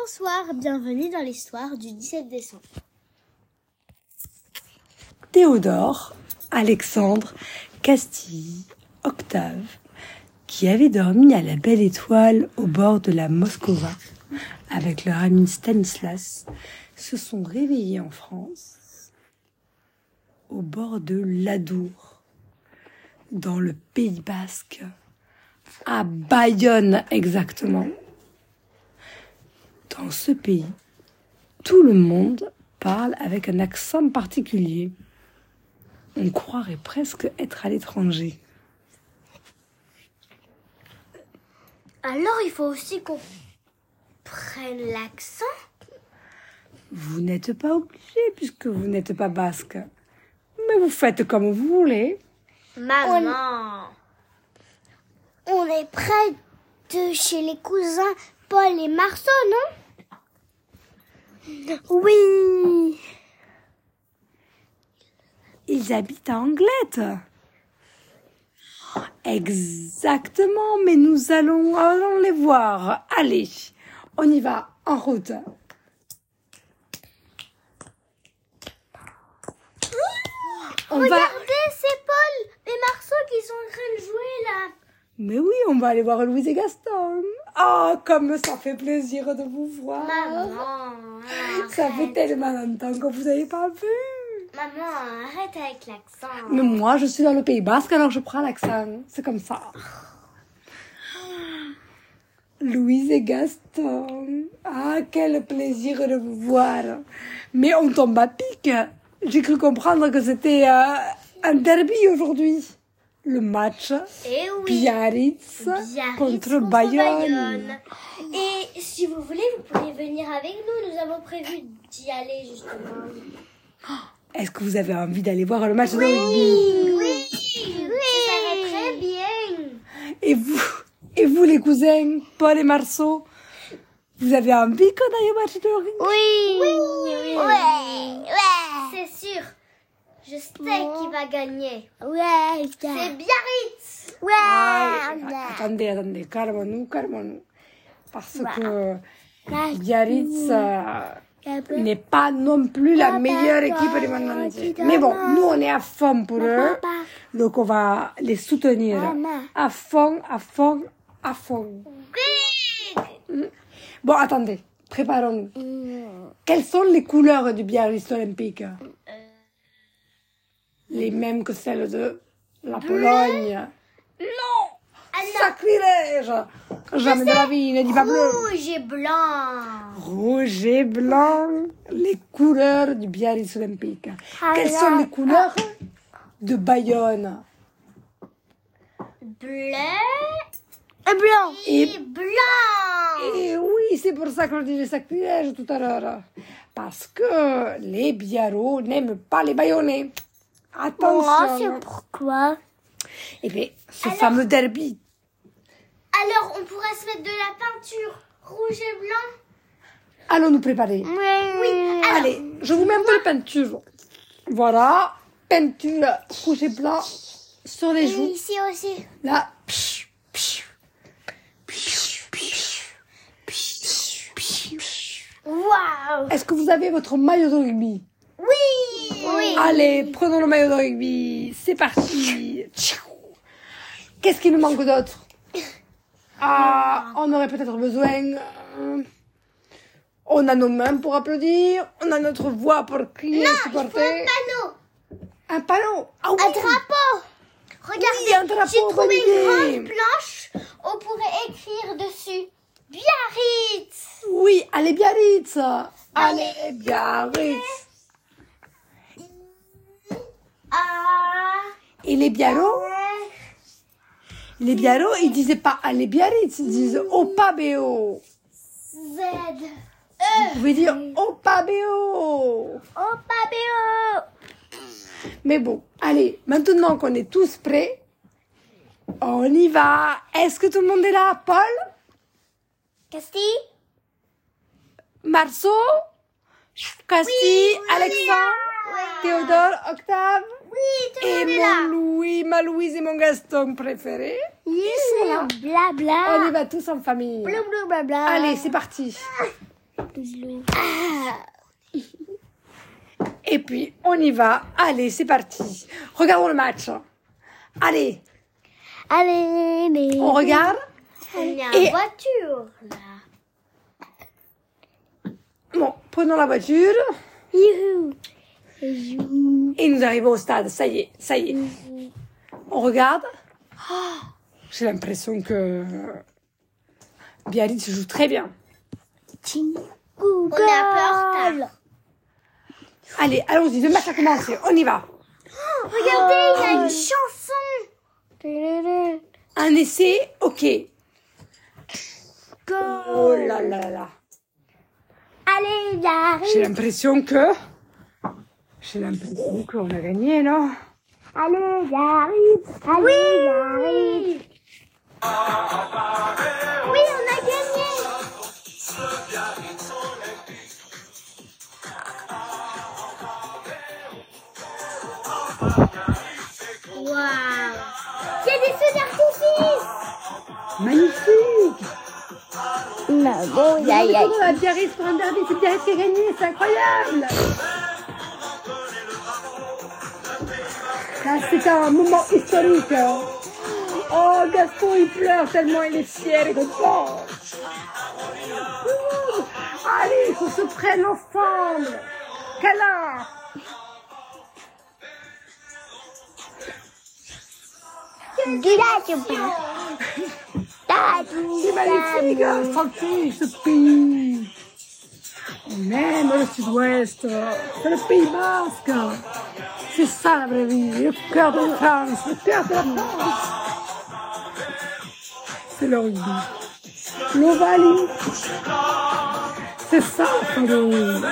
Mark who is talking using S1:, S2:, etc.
S1: Bonsoir, bienvenue dans l'histoire du 17 décembre.
S2: Théodore, Alexandre, Castille, Octave, qui avaient dormi à la belle étoile au bord de la Moscova avec leur ami Stanislas, se sont réveillés en France au bord de l'Adour, dans le Pays basque, à Bayonne exactement. Dans ce pays, tout le monde parle avec un accent particulier. On croirait presque être à l'étranger.
S1: Alors il faut aussi qu'on prenne l'accent
S2: Vous n'êtes pas obligé puisque vous n'êtes pas basque. Mais vous faites comme vous voulez.
S1: Maman On est près de chez les cousins Paul et Marceau, non Oui
S2: Ils habitent à Anglette. Exactement, mais nous allons, allons les voir. Allez, on y va, en route. On va...
S1: Regardez, c'est Paul et Marceau qui sont en train de jouer là
S2: Mais oui, on va aller voir Louise et Gaston. Ah, comme ça fait plaisir de vous voir.
S1: Maman hein.
S2: Ça fait tellement longtemps que vous n'avez pas vu.
S1: Maman, arrête avec l'accent
S2: Mais moi, je suis dans le Pays Basque, alors je prends l'accent. C'est comme ça. Louise et Gaston. Ah, quel plaisir de vous voir. Mais on tombe à pic. J'ai cru comprendre que c'était euh, un derby aujourd'hui. Le match
S1: Eh oui
S2: Biarritz,
S1: Biarritz
S2: contre, Bayonne.
S1: Et si vous voulez, vous pouvez venir avec nous. Nous avons prévu d'y aller justement.
S2: Est-ce que vous avez envie d'aller voir le match de rugby
S1: Oui, oui, ça va très bien.
S2: Et vous, et vous les cousins, Paul et Marceau, vous avez envie qu'on aille au match de rugby
S1: Oui, oui, ouais, ouais. C'est sûr. Je sais qui va gagner. Ouais, c'est Biarritz. Ouais.
S2: Ah, attendez, attendez, calmons-nous, calmons-nous. Parce que Biarritz euh, n'est pas non plus la meilleure équipe du monde entier. Mais bon, nous on est à fond pour eux, donc on va les soutenir. À fond, à fond, à fond. Bon, attendez, préparons. Quelles sont les couleurs du Biarritz olympique Les mêmes que celles de la Pologne. Sacrilège Jamais de la vie, ne dis pas Ah, bleu
S1: Rouge et blanc.
S2: Rouge et blanc, les couleurs du Biarritz olympique. Quelles sont les couleurs de Bayonne
S1: Bleu
S2: Et blanc
S1: et blanc.
S2: Et Eh oui, c'est pour ça que je disais sacrilège tout à l'heure. Parce que les biarros n'aiment pas les bayonnais. Attention
S1: pourquoi.
S2: Et bien, ce fameux derby.
S1: Alors, on pourra se mettre de la peinture rouge et blanc.
S2: Allons nous préparer.
S1: Oui. Alors,
S2: Allez, je vous mets un peu de peinture. Voilà, peinture rouge et blanc sur les joues.
S1: ici aussi.
S2: Là. psh, psh, psh, psh, psh, psh, psh.
S1: Waouh.
S2: Est-ce que vous avez votre maillot de rugby
S1: Oui. Oui.
S2: Allez, prenons le maillot de rugby. C'est parti. Tchou. Qu'est-ce qu'il nous manque d'autre Ah, on aurait peut-être besoin. euh, On a nos mains pour applaudir, on a notre voix pour crier et supporter.
S1: Panneau.
S2: Un panneau Ah oui
S1: Un drapeau
S2: Oui, un
S1: Regardez,
S2: drapeau,
S1: j'ai trouvé
S2: bonne
S1: une grande
S2: idée.
S1: planche. On pourrait écrire dessus Biarritz.
S2: Oui, allez Biarritz Allez Biarritz
S1: Ah.
S2: Et les biarros Les biarros, ils disaient pas allez Biarritz, ils disent au pabéo.
S1: Z. E.
S2: Vous pouvez dire au pabéo.
S1: Oh, Pabéo.
S2: Mais bon, allez, maintenant qu'on est tous prêts, on y va. Est-ce que tout le monde est là Paul
S1: Castille
S2: Marceau Castille Alexandre Théodore Octave
S1: Oui, tout
S2: Et mon Louis, ma Louise et mon Gaston préféré.
S1: Oui, c'est là.
S2: On
S1: Blabla.
S2: y va tous en famille.
S1: Blablabla.
S2: Allez, c'est parti. Et puis, on y va. Allez, c'est parti. Regardons le match. Allez,
S3: Allez, les...
S2: on regarde.
S1: On est en
S2: Et-
S1: voiture, là.
S2: Bon, prenons la voiture.
S3: Youhou.
S2: Et nous arrivons au stade. Ça y est, ça y est. On regarde. J'ai l'impression que Biarritz joue très bien.
S3: Ting.
S1: On est un peu en retard.
S2: Allez, allons-y. Le match a commencé. On y va.
S1: Regardez, il y a une chanson. Oh.
S3: Tudulu.
S2: Un essai, ok. Oh là là là là.
S3: Allez, Biarritz.
S2: J'ai l'impression que. J'ai l'impression qu'on a gagné, non
S3: Allez, Biarritz. Allez, Biarritz.
S1: Oui, on a gagné. Waouh. Il y a des feux d'artifice.
S2: Magnifique
S3: Non, bon, aïe,
S2: Nous
S3: aïe.
S2: retrouvons à Biarritz pour un derby, c'est Biarritz qui a gagné, c'est incroyable Ça, Ah, c'est un moment historique. hein. Oh, Gaston, il pleure tellement il est fier et content. Ouh, Allez, qu'on se prenne ensemble. Câlin. C'est magnifique, hein, tranquille, ce pays. On aime le sud-ouest, c'est le Pays Basque. C'est ça la vraie vie, le cœur de la France, le cœur de la France. C'est le rugby. L'Ovalie. C'est ça, le rugby.